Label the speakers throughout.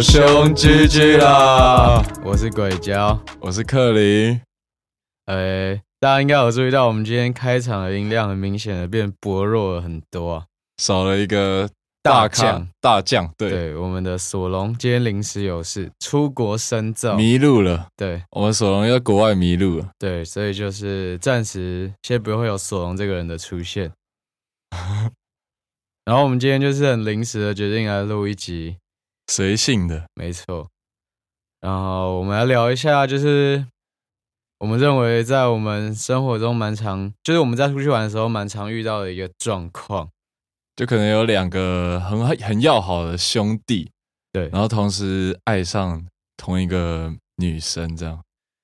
Speaker 1: 兄 GG 啦！
Speaker 2: 我是鬼椒。
Speaker 1: 我是克林，
Speaker 2: 呃，大家应该有注意到，我们今天开场的音量很明显的变薄弱了很多啊。
Speaker 1: 少了一个
Speaker 2: 大
Speaker 1: 咖
Speaker 2: 将
Speaker 1: 大将，
Speaker 2: 对，
Speaker 1: 对，
Speaker 2: 我们的索隆今天临时有事，出国深造。
Speaker 1: 迷路了。
Speaker 2: 对
Speaker 1: 我们索隆在国外迷路了，
Speaker 2: 对，所以就是暂时先不会有索隆这个人的出现。然后我们今天就是很临时的决定来录一集，
Speaker 1: 随性的
Speaker 2: 没错。然后我们来聊一下，就是我们认为在我们生活中蛮常，就是我们在出去玩的时候蛮常遇到的一个状况。
Speaker 1: 就可能有两个很很要好的兄弟，
Speaker 2: 对
Speaker 1: 然后同时爱上同一个女生，这样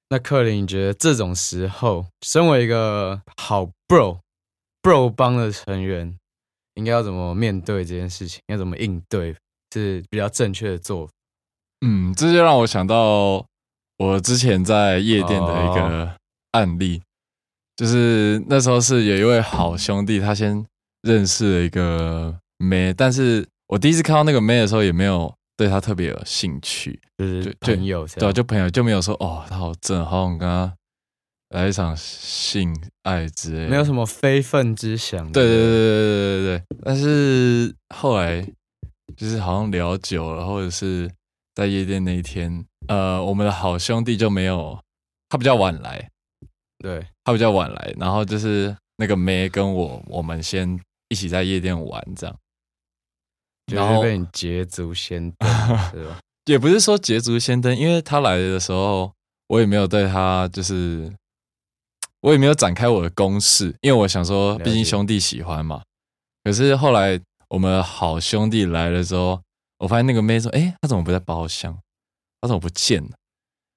Speaker 2: 那克林，你觉得这种时候，身为一个好 bro bro 帮的成员，应该要怎么面对这件事情？要怎么应对是比较正确的做法？
Speaker 1: 嗯，这就让我想到我之前在夜店的一
Speaker 2: 哦
Speaker 1: 个案例，就是那时候是有一位好兄弟，他先认识了一个妹，但是我第一次看到那个妹的时候，也没有对她特别有兴趣，
Speaker 2: 就是
Speaker 1: 对
Speaker 2: 朋友这
Speaker 1: 对啊，
Speaker 2: 样，
Speaker 1: 就朋友就没有说哦，她好正，好想跟她来一场性爱之类的，
Speaker 2: 没有什么非分之想。
Speaker 1: 对对
Speaker 2: 不
Speaker 1: 对对对对对，但是后来就是好像聊久了，或者是在夜店那一天，呃，我们的好兄弟就没有，他比较晚来，
Speaker 2: 对
Speaker 1: 他比较晚来，然后就是那个妹跟我，我们先一起在夜店玩这样，
Speaker 2: 对，
Speaker 1: 然
Speaker 2: 就是
Speaker 1: 后
Speaker 2: 被你捷足 先登，是吧？
Speaker 1: 也不是说捷足先登，因为他来的时候，我也没有对他就是，我也没有展开我的攻势，因为我想说，
Speaker 2: 了解
Speaker 1: 毕竟兄弟喜欢嘛。可是后来我们好兄弟来了之后，我发现那个妹说：“哎、她怎么不在包厢？她怎么不见了？”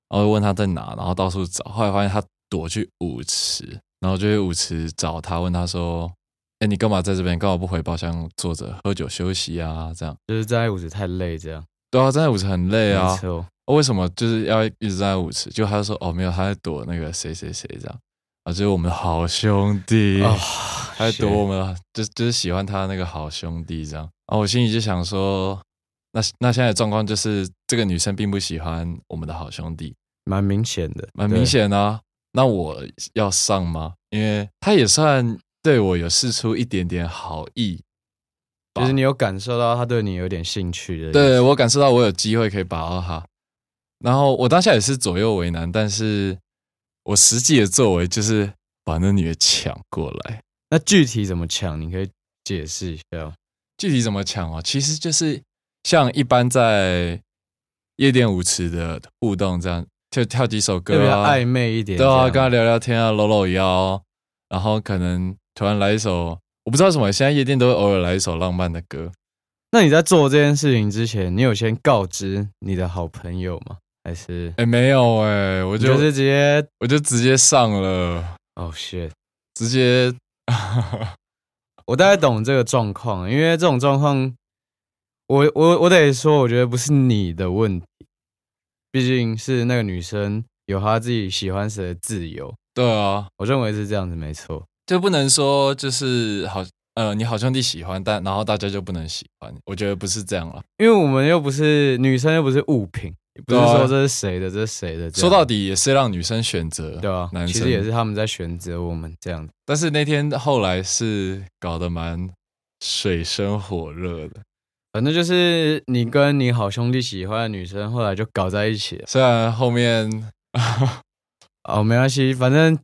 Speaker 1: 然后我就问她在哪，然后到处找，后来发现她躲去舞池，然后就去舞池找她，问她说：“哎、你干嘛在这边？干嘛不回包厢坐着喝酒休息啊？”这样，
Speaker 2: 就是站在舞池太累这样。
Speaker 1: 对啊，站在舞池很累啊
Speaker 2: 没。错，
Speaker 1: 哦为什么就是要一直在舞池？就他就说哦，没有，他在躲那个谁谁谁这样啊，就是我们的好兄弟，
Speaker 2: 哦，
Speaker 1: 他在躲我们的，就就是喜欢他那个好兄弟这样啊。我心里就想说，那那现在的状况就是这个女生并不喜欢我们的好兄弟，
Speaker 2: 蛮明显的，
Speaker 1: 蛮明显的啊。那我要上吗？因为他也算对我有试出一点点好意，
Speaker 2: 对。就是你有感受到他对你有点兴趣的，
Speaker 1: 对，我感受到我有机会可以把握他。然后我当下也是左右为难，但是我实际的作为就是把那女的抢过来。
Speaker 2: 那具体怎么抢，你可以解释一下吗。
Speaker 1: 具体怎么抢哦？其实就是像一般在夜店舞池的互动这样，就跳几首
Speaker 2: 特
Speaker 1: 歌
Speaker 2: 别
Speaker 1: 啊，
Speaker 2: 暧昧一点这
Speaker 1: 对
Speaker 2: 样，
Speaker 1: 啊，跟他聊聊天啊，搂搂腰，然后可能突然来一首，我不知道为什么，现在夜店都会偶尔来一首浪漫的歌。
Speaker 2: 那你在做这件事情之前，你有先告知你的好朋友吗？还是
Speaker 1: 哎，没有哎、我
Speaker 2: 我
Speaker 1: 就、
Speaker 2: 就是直接
Speaker 1: 我就直接上了，
Speaker 2: 哦 shit，
Speaker 1: 直接。
Speaker 2: 我大概懂这个状况，因为这种状况，我我我得说，我觉得不是你的问题，毕竟是那个女生有她自己喜欢谁的自由，
Speaker 1: 对啊，
Speaker 2: 我认为是这样子没错。
Speaker 1: 就不能说就是好呃，你好兄弟喜欢，但然后大家就不能喜欢，我觉得不是这样了。
Speaker 2: 因为我们又不是女生，又不是物品，不是
Speaker 1: 对啊
Speaker 2: 说这是谁的，这是谁的这样。
Speaker 1: 说到底也是让女生选择，
Speaker 2: 对啊，
Speaker 1: 男
Speaker 2: 其
Speaker 1: 生
Speaker 2: 实也是他们在选择我们这样子。
Speaker 1: 但是那天后来是搞得蛮水深火热的，
Speaker 2: 反正就是你跟你好兄弟喜欢的女生，后来就搞在一起了。
Speaker 1: 虽然后面
Speaker 2: 哦，没关系，反正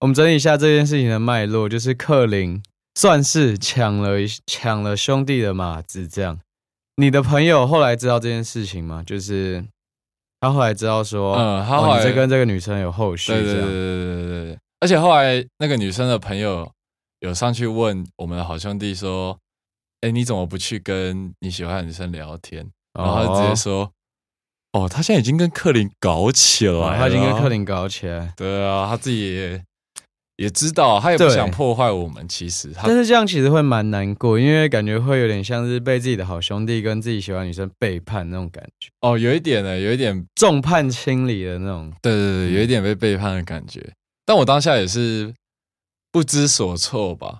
Speaker 2: 我们整理一下这件事情的脉络，就是克林算是抢了一抢了兄弟的马子，这样。你的朋友后来知道这件事情吗？就是他后来知道说，
Speaker 1: 嗯，他
Speaker 2: 哦
Speaker 1: 后来、
Speaker 2: 你在跟这个女生有后续
Speaker 1: 对对
Speaker 2: 这
Speaker 1: 对对
Speaker 2: 样。
Speaker 1: 对对对，而且后来那个女生的朋友有上去问我们的好兄弟说：“哎，你怎么不去跟你喜欢的女生聊天？”然后他直接说：“哦，他现在已经跟克林搞起来
Speaker 2: 哦
Speaker 1: 了，
Speaker 2: 他已经跟克，林搞起来，
Speaker 1: 对啊，他自己也也知道，他也不
Speaker 2: 对
Speaker 1: 想破坏我们。其实他
Speaker 2: 但是这样其实会蛮难过，因为感觉会有点像是被自己的好兄弟跟自己喜欢的女生背叛那种感觉，
Speaker 1: 哦，有一点呢，有一点，
Speaker 2: 众叛亲离的那种。
Speaker 1: 对对
Speaker 2: 嗯
Speaker 1: 对，有一点被背叛的感觉。但我当下也是不知所措吧，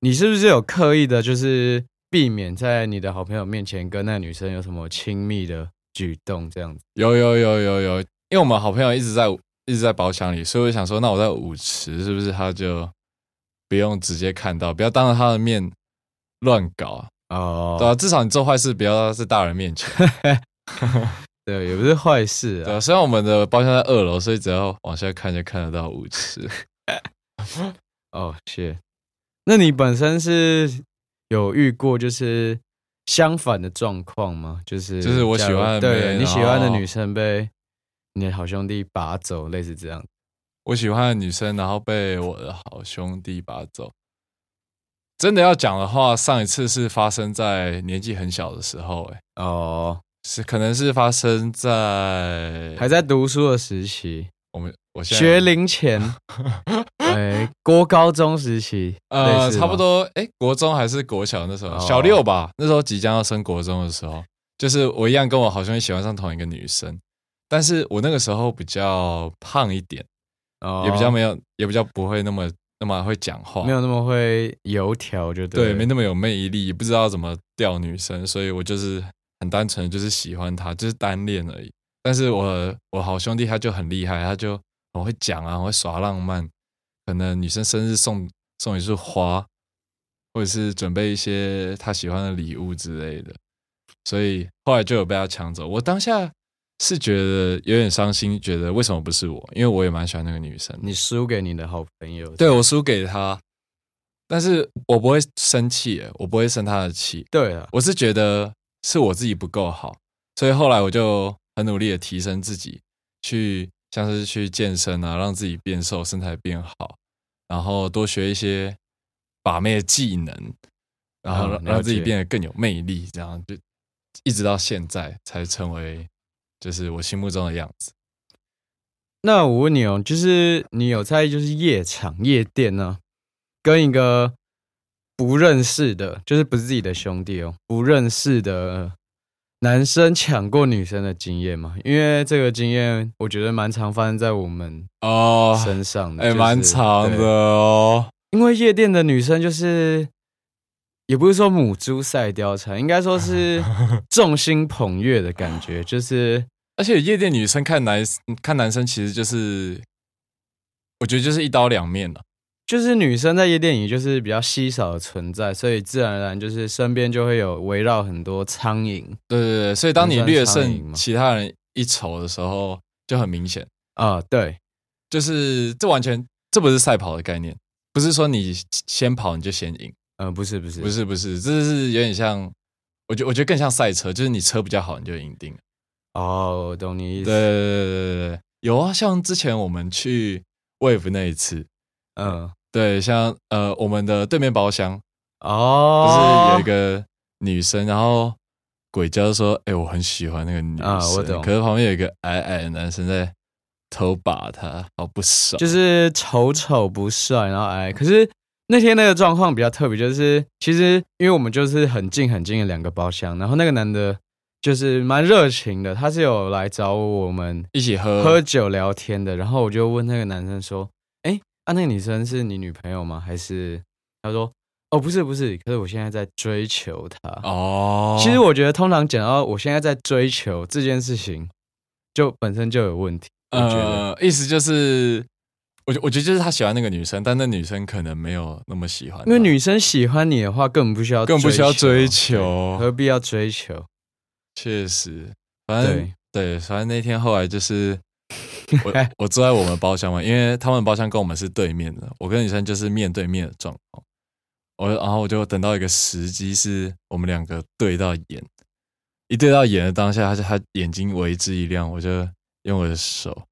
Speaker 2: 你是不是有刻意的，就是避免在你的好朋友面前跟那女生有什么亲密的举动，这样子。
Speaker 1: 有有有有有，因为我们好朋友一直在一直在包厢里，所以我想说，那我在舞池是不是他就不用直接看到，不要当着他的面乱搞啊？
Speaker 2: 哦，
Speaker 1: 对啊，至少你做坏事不要在大人面前。
Speaker 2: 对，也不是坏事
Speaker 1: 对
Speaker 2: 啊。
Speaker 1: 啊，虽然我们的包厢在二楼，所以只要往下看就看得到舞池。
Speaker 2: 哦，谢。那你本身是有遇过就是相反的状况吗？就是
Speaker 1: 就是我
Speaker 2: 假如
Speaker 1: 喜欢的哦妹
Speaker 2: 对
Speaker 1: 然
Speaker 2: 你喜欢的
Speaker 1: 后
Speaker 2: 女生被你的好兄弟拔走，类似这样。
Speaker 1: 我喜欢的女生，然后被我的好兄弟拔走。真的要讲的话，上一次是发生在年纪很小的时候、欸，
Speaker 2: 哦，
Speaker 1: 是可能是发生在
Speaker 2: 还在读书的时期，
Speaker 1: 我们我现在
Speaker 2: 学龄前， 哎，国高中时期，
Speaker 1: 呃
Speaker 2: 类似吗
Speaker 1: 差不。多哎、欸国中还是国小那时候，
Speaker 2: 哦
Speaker 1: 小六吧，那时候即将要升国中的时候，就是我一样跟我好兄弟喜欢上同一个女生，但是我那个时候比较胖一点，
Speaker 2: 哦
Speaker 1: 也比较没有，也比较不会那么那么会讲话，
Speaker 2: 没有那么会油条，就
Speaker 1: 对，
Speaker 2: 了
Speaker 1: 没那么有魅力，不知道怎么钓女生，所以我就是很单纯，就是喜欢她，就是单恋而已。但是我我好兄弟他就很厉害，他就很会讲啊，很会耍浪漫，可能女生生日送送一束花，或者是准备一些他喜欢的礼物之类的，所以后来就有被他抢走。我当下是觉得有点伤心，觉得为什么不是我？因为我也蛮喜欢那个女生的。
Speaker 2: 你输给你的好朋友。
Speaker 1: 对我输给他，但是我不会生气耶，我不会生他的气。
Speaker 2: 对了，
Speaker 1: 我是觉得是我自己不够好，所以后来我就很努力的提升自己，去像是去健身啊，让自己变瘦，身材变好，然后多学一些把妹的技能，然后
Speaker 2: 嗯
Speaker 1: 让
Speaker 2: 了
Speaker 1: 让自己
Speaker 2: 解
Speaker 1: 变得更有魅力，这样就一直到现在才成为就是我心目中的样子。
Speaker 2: 那我问你哦，就是你有在就是夜场夜店呢、跟一个不认识的，就是不是自己的兄弟哦，不认识的男生抢过女生的经验吗？因为这个经验我觉得蛮常发生在我们
Speaker 1: 哦，
Speaker 2: 身上的，
Speaker 1: 哎，
Speaker 2: 就是
Speaker 1: 蛮长的
Speaker 2: 对
Speaker 1: 哦。
Speaker 2: 因为夜店的女生就是，也不是说母猪赛貂蝉，应该说 是众星捧月的感觉，就是
Speaker 1: 而且夜店女生看男看男生，其实就是，我觉得就是一刀两面了、啊
Speaker 2: 就是女生在夜店里就是比较稀少的存在，所以自然而然就是身边就会有围绕很多苍蝇
Speaker 1: 对对对，所以当你
Speaker 2: 人算
Speaker 1: 略
Speaker 2: 苍蝇
Speaker 1: 胜
Speaker 2: 吗
Speaker 1: 其他人一筹的时候，就很明显，
Speaker 2: 啊，对，
Speaker 1: 就是这完全这不是赛跑的概念，不是说你先跑你就先赢，
Speaker 2: 呃，不是不是
Speaker 1: 不是不是，这是有点像，我觉我觉得更像赛车，就是你车比较好你就赢定了。
Speaker 2: 哦，我懂你意
Speaker 1: 对
Speaker 2: 思，
Speaker 1: 对对对对对，有啊，像之前我们去 Wave 那一次，
Speaker 2: 嗯，
Speaker 1: 对，像呃我们的对面包厢，不
Speaker 2: 哦，
Speaker 1: 是有一个女生，然后鬼叫说：“哎、我很喜欢那个女生。
Speaker 2: 啊我懂
Speaker 1: 可是旁边有一个矮矮的男生在偷把她，好不爽。
Speaker 2: 就是丑丑不帅，然后矮。可是那天那个状况比较特别，就是其实因为我们就是很近很近的两个包厢，然后那个男的就是蛮热情的，他是有来找我们
Speaker 1: 一起喝
Speaker 2: 喝酒聊天的。然后我就问那个男生说：“哎、啊那个女生是你女朋友吗？还是？”他说：“哦，不是不是，可是我现在在追求她。”
Speaker 1: 哦。
Speaker 2: 其实我觉得，通常讲到我现在在追求这件事情，就本身就有问题。我觉得。
Speaker 1: 呃，意思就是，我觉我觉得就是他喜欢那个女生，但那女生可能没有那么喜欢他，
Speaker 2: 因为女生喜欢你的话，根本不需要，
Speaker 1: 更不需要追
Speaker 2: 对
Speaker 1: 求
Speaker 2: 何必要追求？
Speaker 1: 确实，反正
Speaker 2: 对，
Speaker 1: 对，反正那天后来就是我我坐在我们包厢嘛，因为他们包厢跟我们是对面的，我跟女生就是面对面的状况。我然后我就等到一个时机，是我们两个对到眼，一对到眼的当下，他就他眼睛为之一亮，我就用我的手，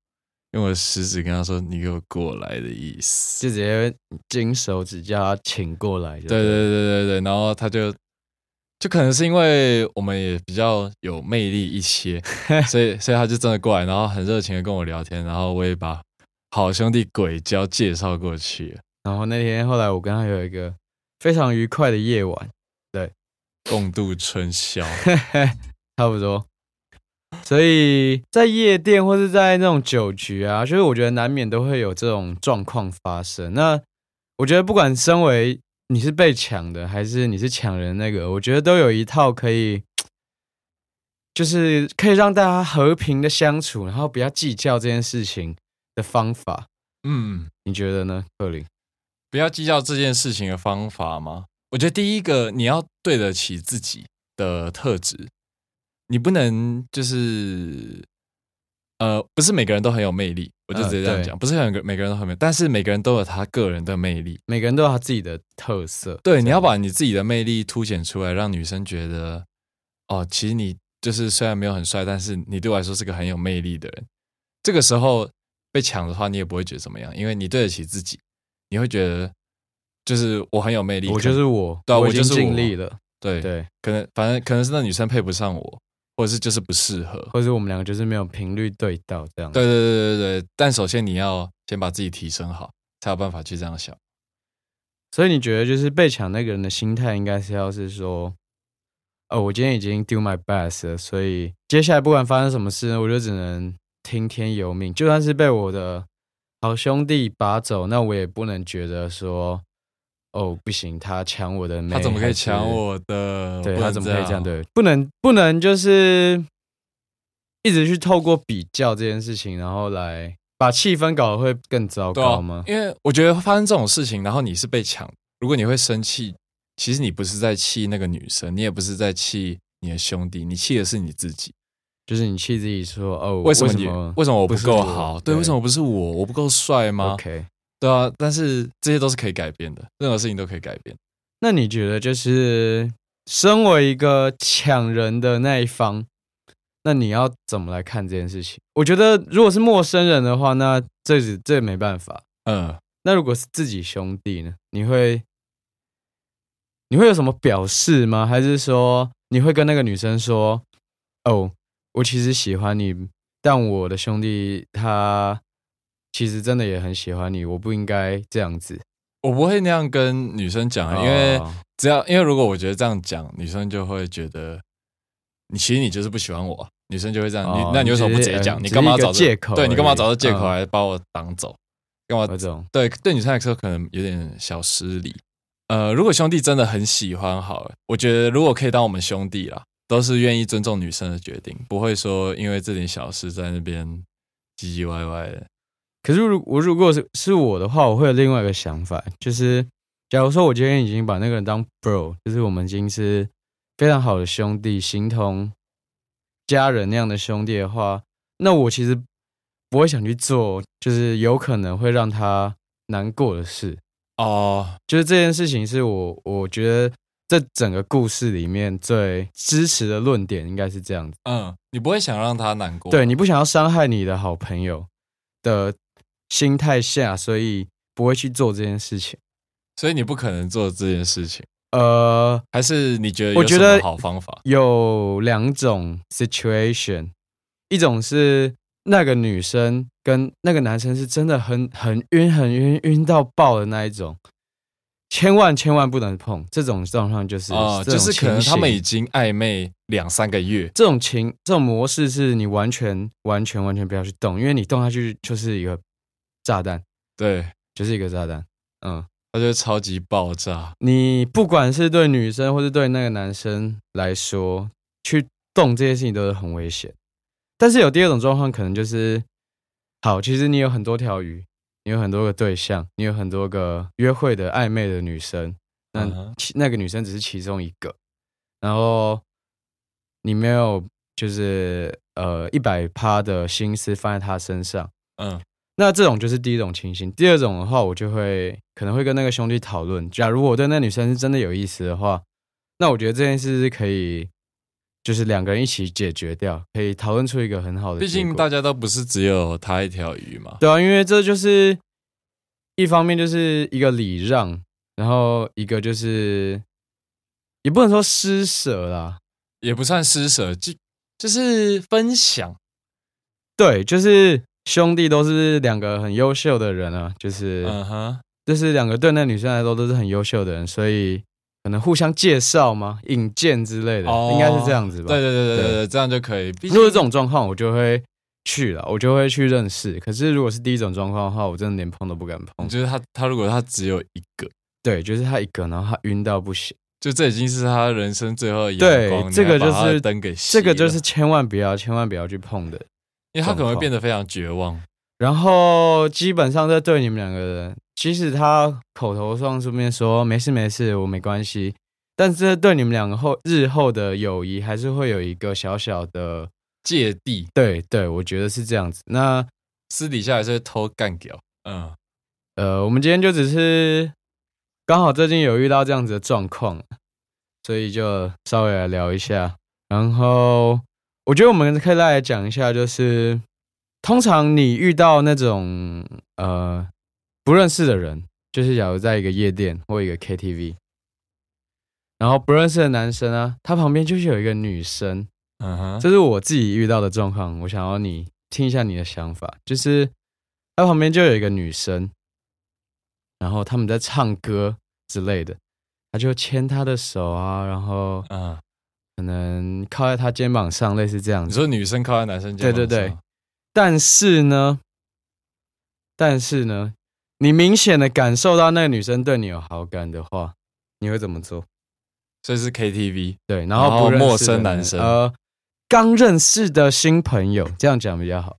Speaker 1: 用我的食指跟他说：“你给我过来的意思。
Speaker 2: 就直接金手指叫他请过来就”
Speaker 1: 对对
Speaker 2: 了
Speaker 1: 对对对，然后他就就可能是因为我们也比较有魅力一些，所以所以他就真的过来，然后很热情的跟我聊天，然后我也把好兄弟鬼交介绍过去了，
Speaker 2: 然后那天后来我跟他有一个非常愉快的夜晚，
Speaker 1: 共度春宵。
Speaker 2: 差不多。所以在夜店或是在那种酒局啊，就是我觉得难免都会有这种状况发生。那我觉得不管身为你是被抢的，还是你是抢人那个，我觉得都有一套可以，就是可以让大家和平的相处，然后不要计较这件事情的方法。
Speaker 1: 嗯，
Speaker 2: 你觉得呢，克林？
Speaker 1: 不要计较这件事情的方法吗？我觉得第一个你要对得起自己的特质，你不能就是呃，不是每个人都很有魅力，我就直接这样
Speaker 2: 对
Speaker 1: 讲，不是每个每个人都很有魅力，但是每个人都有他个人的魅力。
Speaker 2: 每个人都有他自己的特色。
Speaker 1: 对，你要把你自己的魅力凸显出来，让女生觉得哦，其实你就是虽然没有很帅，但是你对我来说是个很有魅力的人。这个时候被抢的话，你也不会觉得怎么样，因为你对得起自己，你会觉得就是我很有魅力，
Speaker 2: 我
Speaker 1: 可能
Speaker 2: 就是我，
Speaker 1: 对啊我
Speaker 2: 已经
Speaker 1: 就是我
Speaker 2: 尽力了。
Speaker 1: 对，
Speaker 2: 对，
Speaker 1: 可能反正可能是那女生配不上我，或者是就是不适合。
Speaker 2: 或者我们两个就是没有频率对到这样。
Speaker 1: 对对对对对，但首先你要先把自己提升好，才有办法去这样想。
Speaker 2: 所以你觉得就是被抢那个人的心态应该是要是说，哦，我今天已经 do my best 了，所以接下来不管发生什么事呢，我就只能听天由命。就算是被我的好兄弟拔走，那我也不能觉得说，哦，不行，他抢我的妹，
Speaker 1: 他怎么可
Speaker 2: 还
Speaker 1: 以
Speaker 2: 是
Speaker 1: 抢？我的？
Speaker 2: 对
Speaker 1: 不能
Speaker 2: 他怎么可以这样？对，不能不能就是一直去透过比较这件事情，然后来把气氛搞得会更糟
Speaker 1: 对啊
Speaker 2: 糕吗？
Speaker 1: 因为我觉得发生这种事情，然后你是被抢，如果你会生气，其实你不是在气那个女生，你也不是在气你的兄弟，你气的是你自己。
Speaker 2: 就是你气自己说，哦，
Speaker 1: 为什么
Speaker 2: 为
Speaker 1: 你
Speaker 2: 么
Speaker 1: 为什么我不
Speaker 2: 不是
Speaker 1: 够
Speaker 2: 我
Speaker 1: 好？
Speaker 2: 对
Speaker 1: 对，为什么不是我？我不够帅吗
Speaker 2: OK，
Speaker 1: 对啊，但是这些都是可以改变的，任何事情都可以改变。
Speaker 2: 那你觉得就是身为一个抢人的那一方，那你要怎么来看这件事情？我觉得如果是陌生人的话，那这只这没办法。
Speaker 1: 嗯，
Speaker 2: 那如果是自己兄弟呢？你会你会有什么表示吗？还是说你会跟那个女生说：“哦，我其实喜欢你，但我的兄弟他其实真的也很喜欢你，我不应该这样子。
Speaker 1: 我不会那样跟女生讲，啊因为
Speaker 2: 哦
Speaker 1: 只要因为如果我觉得这样讲，女生就会觉得你其实你就是不喜欢我啊，女生就会这样。
Speaker 2: 哦
Speaker 1: 你那你为什么不直接
Speaker 2: 只是
Speaker 1: 讲？
Speaker 2: 嗯
Speaker 1: 你干嘛找这
Speaker 2: 只是一个借口
Speaker 1: 对你干嘛找
Speaker 2: 而
Speaker 1: 这
Speaker 2: 已
Speaker 1: 借口
Speaker 2: 嗯呃
Speaker 1: 来把我挡走？干嘛
Speaker 2: 我懂。
Speaker 1: 对，对女生来说可能有点小失礼。呃，如果兄弟真的很喜欢，好了，我觉得如果可以当我们兄弟啦，都是愿意尊重女生的决定，不会说因为这点小事在那边唧唧歪歪的。
Speaker 2: 可是如我如果是是我的话，我会有另外一个想法，就是假如说我今天已经把那个人当 bro，就是我们已经是非常好的兄弟，形同家人那样的兄弟的话，那我其实不会想去做，就是有可能会让他难过的事。
Speaker 1: 哦，
Speaker 2: 就是这件事情是我我觉得这整个故事里面最支持的论点应该是这样子。
Speaker 1: 嗯，你不会想让他难过，
Speaker 2: 对你不想要伤害你的好朋友的心态下，所以不会去做这件事情。
Speaker 1: 所以你不可能做这件事情。
Speaker 2: 呃，
Speaker 1: 还是你觉得
Speaker 2: 我
Speaker 1: 有
Speaker 2: 觉
Speaker 1: 什么
Speaker 2: 得
Speaker 1: 好方法？
Speaker 2: 有两种 situation，一种是那个女生跟那个男生是真的很很晕、很晕、晕到爆的那一种，千万千万不能碰。这种状况就是、
Speaker 1: 啊、
Speaker 2: 这
Speaker 1: 就
Speaker 2: 种
Speaker 1: 是可能
Speaker 2: 情
Speaker 1: 他们
Speaker 2: 形
Speaker 1: 已经暧昧两三个月，
Speaker 2: 这种情这种模式是你完全完全完全不要去动，因为你动下去就是一个炸弹，
Speaker 1: 对，
Speaker 2: 就是一个炸弹。嗯，
Speaker 1: 他就会超级爆炸。
Speaker 2: 你不管是对女生或是对那个男生来说，去动这些事情都是很危险。但是有第二种状况，可能就是，好，其实你有很多条鱼，你有很多个对象，你有很多个约会的暧昧的女生，那、
Speaker 1: 嗯哼
Speaker 2: 其那个女生只是其中一个，然后你没有就是呃一百趴的心思放在她身上。
Speaker 1: 嗯，
Speaker 2: 那这种就是第一种情形。第二种的话，我就会可能会跟那个兄弟讨论，假如我对那女生是真的有意思的话，那我觉得这件事是可以，就是两个人一起解决掉，可以讨论出一个很好的
Speaker 1: 毕
Speaker 2: 结果。
Speaker 1: 竟大家都不是只有他一条鱼嘛。
Speaker 2: 对啊，因为这就是一方面就是一个礼让，然后一个就是也不能说施舍啦，
Speaker 1: 也不算施舍，就就是分享。
Speaker 2: 对，就是兄弟都是两个很优秀的人啊，就是
Speaker 1: 嗯哼，
Speaker 2: 就是两个对那女生来说都是很优秀的人，所以可能互相介绍吗？引荐之类的，
Speaker 1: 哦
Speaker 2: 应该是这样子吧。
Speaker 1: 对对对对对
Speaker 2: 对
Speaker 1: 对，这样就可以。毕竟
Speaker 2: 如果是这种状况，我就会去了，我就会去
Speaker 1: 嗯
Speaker 2: 认识。可是如果是第一种状况的话，我真的连碰都不敢碰
Speaker 1: 你。觉得他他如果他只有一个，
Speaker 2: 对，就是他一个，然后他晕到不行。
Speaker 1: 就这已经是他人生最后一
Speaker 2: 对
Speaker 1: 眼光，
Speaker 2: 这个
Speaker 1: 你还把
Speaker 2: 就是
Speaker 1: 他的灯给熄
Speaker 2: 这个就
Speaker 1: 了
Speaker 2: 是千万不要、千万不要去碰的。
Speaker 1: 因为他可能
Speaker 2: 状
Speaker 1: 会
Speaker 2: 况
Speaker 1: 变得非常绝望。
Speaker 2: 然后基本上这对你们两个人，即使他口头上书面说没事没事，我没关系，但是对你们两个后日后的友谊还是会有一个小小的，
Speaker 1: 芥蒂
Speaker 2: 对对，我觉得是这样子。那
Speaker 1: 私底下还是会偷干掉，嗯，
Speaker 2: 呃，我们今天就只是刚好最近有遇到这样子的状况，所以就稍微来聊一下。然后我觉得我们可以来讲一下，就是通常你遇到那种呃不认识的人，就是假如在一个夜店或一个 KTV，然后不认识的男生啊，他旁边就是有一个女生，
Speaker 1: 嗯哼，
Speaker 2: 这是我自己遇到的状况，我想要你听一下你的想法，就是他旁边就有一个女生，然后他们在唱歌之类的，他就牵她的手啊，然后
Speaker 1: 嗯，
Speaker 2: 可能靠在她肩膀上，类似这样
Speaker 1: 你
Speaker 2: 子。
Speaker 1: 说女生靠在男生
Speaker 2: 对
Speaker 1: 肩膀
Speaker 2: 对对
Speaker 1: 上
Speaker 2: 但是呢，但是呢，你明显的感受到那个女生对你有好感的话，你会怎么做？
Speaker 1: 所以是 KTV，
Speaker 2: 对，然
Speaker 1: 然
Speaker 2: 后
Speaker 1: 后
Speaker 2: 不认识的
Speaker 1: 陌生男生
Speaker 2: 呃，刚认识的新朋友，这样讲比较好。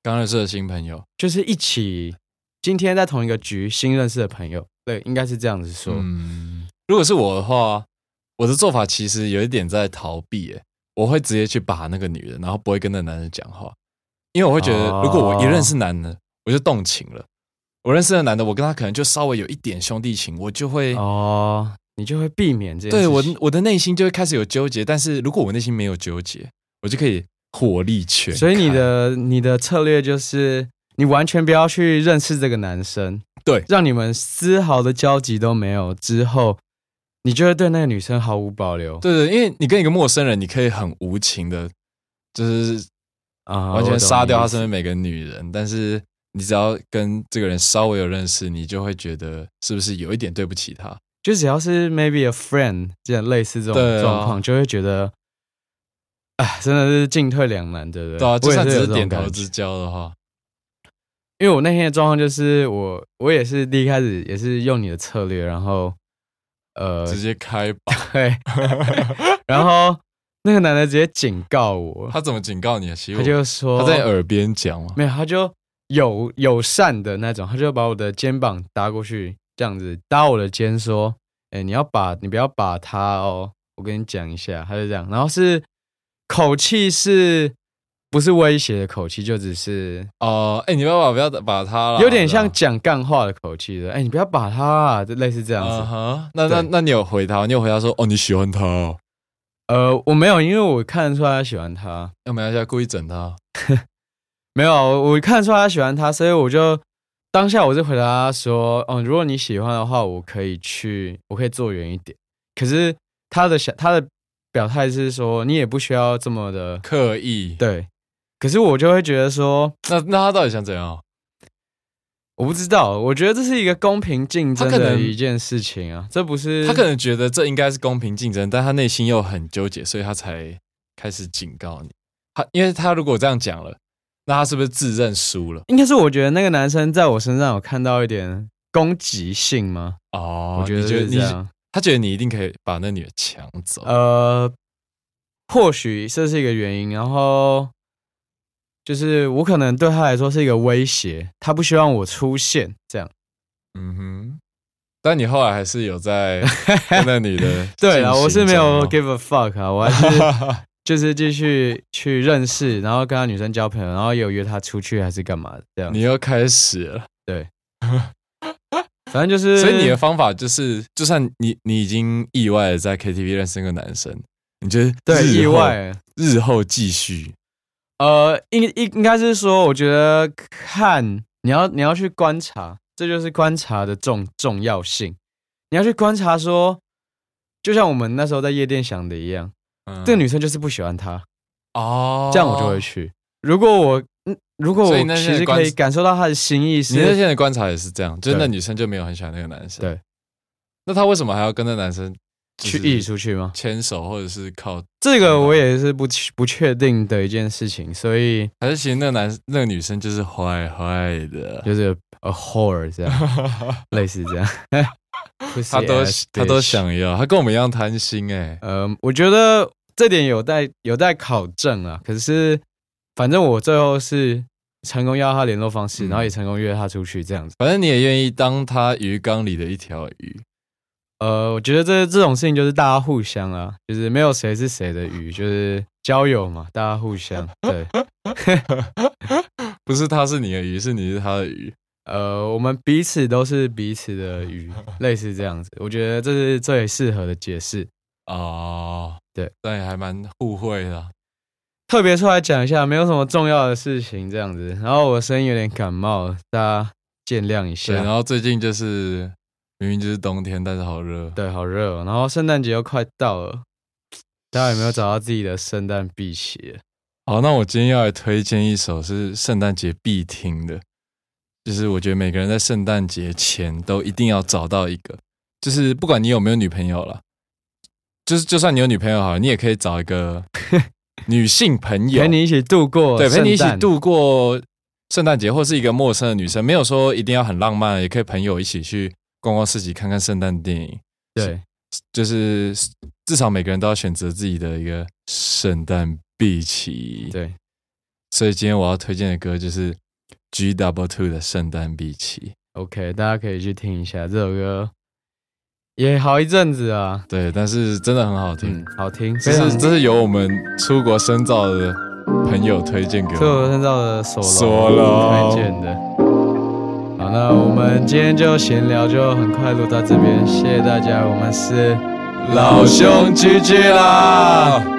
Speaker 1: 刚认识的新朋友，
Speaker 2: 就是一起今天在同一个局新认识的朋友，对，应该是这样子说。
Speaker 1: 嗯，如果是我的话，我的做法其实有一点在逃避，诶，我会直接去把那个女人，然后不会跟那男人讲话，因为我会觉得
Speaker 2: 哦，
Speaker 1: 如果我一认识男的，我就动情了。我认识的男的，我跟他可能就稍微有一点兄弟情，我就会
Speaker 2: 哦，你就会避免这件
Speaker 1: 对
Speaker 2: 事
Speaker 1: 我
Speaker 2: 情
Speaker 1: 我的内心就会开始有纠结。但是如果我内心没有纠结，我就可以火力全开。
Speaker 2: 所以你的你的策略就是你完全不要去认识这个男生，
Speaker 1: 对
Speaker 2: 让你们丝毫的交集都没有，之后你就会对那个女生毫无保留。
Speaker 1: 对对，因为你跟一个陌生人，你可以很无情的，就是
Speaker 2: 啊
Speaker 1: 完全杀掉他身
Speaker 2: 生。
Speaker 1: 边每个女人，但是你只要跟这个人稍微有认识，你就会觉得是不是有一点对不起他？
Speaker 2: 就只要是 maybe a friend 这样类似这
Speaker 1: 对
Speaker 2: 种
Speaker 1: 啊
Speaker 2: 状况，就会觉得，哎，真的是进退两难，对不对？
Speaker 1: 对啊，就
Speaker 2: 我也
Speaker 1: 算只
Speaker 2: 有这
Speaker 1: 是
Speaker 2: 种
Speaker 1: 点
Speaker 2: 感
Speaker 1: 头
Speaker 2: 觉
Speaker 1: 之交的话，
Speaker 2: 因为我那天的状况就是我我也是第一开始也是用你的策略，然后呃
Speaker 1: 直接开 吧。
Speaker 2: 对，然后那个男的直接警告我，
Speaker 1: 他怎么警告你啊？其实
Speaker 2: 他
Speaker 1: 我
Speaker 2: 就说
Speaker 1: 他在耳边讲嘛，
Speaker 2: 没有，他就友友善的那种，他就把我的肩膀搭过去，这样子搭我的肩说：“哎、你要把你不要把他哦，我跟你讲一下。”他就这样，然后是口气是不是威胁的口气，就只是
Speaker 1: 哦，哎，你不要把不要把他啊啦
Speaker 2: 有点像
Speaker 1: 这
Speaker 2: 讲干话的口气的，哎、你不要把他、啊，就类似这样
Speaker 1: 样
Speaker 2: 子。
Speaker 1: 嗯哼，那那
Speaker 2: 对
Speaker 1: 那你有回他？你有回他说哦你喜欢他哦？
Speaker 2: 呃，我没有，因为我看得出来他喜欢他，
Speaker 1: 要没关系，故意整他。
Speaker 2: 没有，我我看得出来他喜欢他，所以我就当下我就回答他说，嗯，如果你喜欢的话，我可以去，我可以坐远一点。可是他的想他的表态是说，你也不需要这么的
Speaker 1: 刻意，
Speaker 2: 对。可是我就会觉得说，
Speaker 1: 那那他到底想怎样？
Speaker 2: 我不知道，我觉得这是一个公平竞争
Speaker 1: 他可
Speaker 2: 的
Speaker 1: 能
Speaker 2: 一件事情啊，这不是
Speaker 1: 他可能觉得这应该是公平竞争，但他内心又很纠结，所以他才开始警告你。他因为他如果这样讲了，那他是不是自认输了？
Speaker 2: 应该是我觉得那个男生在我身上有看到一点攻击性吗？
Speaker 1: 哦
Speaker 2: 我觉得
Speaker 1: 你觉得哦
Speaker 2: 是这
Speaker 1: 你
Speaker 2: 样。
Speaker 1: 他觉得你一定可以把那女的抢走。
Speaker 2: 呃，或许这是一个原因，然后就是我可能对他来说是一个威胁，他不希望我出现这样。
Speaker 1: 嗯哼，但你后来还是有在跟那女 的
Speaker 2: 对啊，
Speaker 1: 进行哦
Speaker 2: 我是没
Speaker 1: 中
Speaker 2: 有
Speaker 1: 吗
Speaker 2: give a fuck 啊，我还是 就是继续去认识，然后跟他女生交朋友，然后也有约她出去还是干嘛的这样。
Speaker 1: 你又开始了。
Speaker 2: 反正就是，
Speaker 1: 所以你的方法就是，就算你你已经意外地在 KTV 认识那个男生，你觉得
Speaker 2: 对
Speaker 1: 日
Speaker 2: 意
Speaker 1: 后
Speaker 2: 外。
Speaker 1: 日后继续
Speaker 2: 呃，应应应该是说，我觉得看你要你要去观察，这就是观察的重重要性。你要去观察说，就像我们那时候在夜店想的一样，
Speaker 1: 嗯
Speaker 2: 这个女生就是不喜欢他，
Speaker 1: 哦，
Speaker 2: 这样我就会去。如果我嗯如果
Speaker 1: 所
Speaker 2: 我
Speaker 1: 以那
Speaker 2: 其
Speaker 1: 些
Speaker 2: 实
Speaker 1: 观
Speaker 2: 可以感受到她的心意
Speaker 1: 你那
Speaker 2: 是，
Speaker 1: 现在观察也是这样，就是
Speaker 2: 对
Speaker 1: 那女生就没有很喜欢那个男生。
Speaker 2: 对，
Speaker 1: 那她为什么还要跟那男生
Speaker 2: 去一起出去吗？
Speaker 1: 牵手，或者是靠？
Speaker 2: 这个我也是不不确定的一件事情，所以
Speaker 1: 还是其实那个男那个女生就是坏坏的？
Speaker 2: 哎就是 a whore 这样，类似这样。 啊 Pussy
Speaker 1: 他都
Speaker 2: ass
Speaker 1: 他都
Speaker 2: bitch
Speaker 1: 想要，他跟我们一样贪心哎、
Speaker 2: 呃，我觉得这点有待有待考证啊。可是，反正我最后是成功要他联络方式，
Speaker 1: 嗯
Speaker 2: 然后也成功约他出去这样子。
Speaker 1: 反正你也愿意当他鱼缸里的一条鱼，
Speaker 2: 呃，我觉得这这种事情就是大家互相啊，就是没有谁是谁的鱼，就是交友嘛，大家互相。对，
Speaker 1: 不是他是你的鱼，是你是他的鱼。
Speaker 2: 呃，我们彼此都是彼此的鱼，类似这样子。我觉得这是最适合的解释。
Speaker 1: 哦，
Speaker 2: 对，
Speaker 1: 但也还蛮互惠的啊。
Speaker 2: 特别出来讲一下，没有什么重要的事情这样子。然后我声音有点感冒，大家见谅一
Speaker 1: 对，
Speaker 2: 下
Speaker 1: 然。后最近就是明明就是冬天，但是好热。
Speaker 2: 对，好热、哦。然后圣诞节又快到了，大家有没有找到自己的圣诞辟邪？
Speaker 1: 好，那我今天要来推荐一首是圣诞节必听的，就是我觉得每个人在圣诞节前都一定要找到一个，就是不管你有没有女朋友啦，就是就算你有女朋友好了，你也可以找 一个女性朋友
Speaker 2: 陪你一起度过，
Speaker 1: 对，陪你一起。度过圣诞节，或是一个陌生的女生，没有说一定要很浪漫，也可以朋友一起去逛逛市集，看看圣诞电影。
Speaker 2: 对，
Speaker 1: 就是至少每个人都要选择自己的一个圣诞必期。
Speaker 2: 对，
Speaker 1: 所以今天我要推荐的歌就是 G Double Two 的《圣诞必期》。
Speaker 2: OK，大家可以去听一下这首歌，也好一阵子啊，
Speaker 1: 对，但是真的很好听
Speaker 2: 嗯，，好听，
Speaker 1: 这
Speaker 2: 非常
Speaker 1: 是这是由我们出国深造的朋友推荐给
Speaker 2: 这
Speaker 1: 我
Speaker 2: 我认到的索隆
Speaker 1: 索隆
Speaker 2: 推荐的。好，那我们今天就闲聊，就很快录到这边，谢谢大家，我们是
Speaker 1: 们，老兄 GG 啦！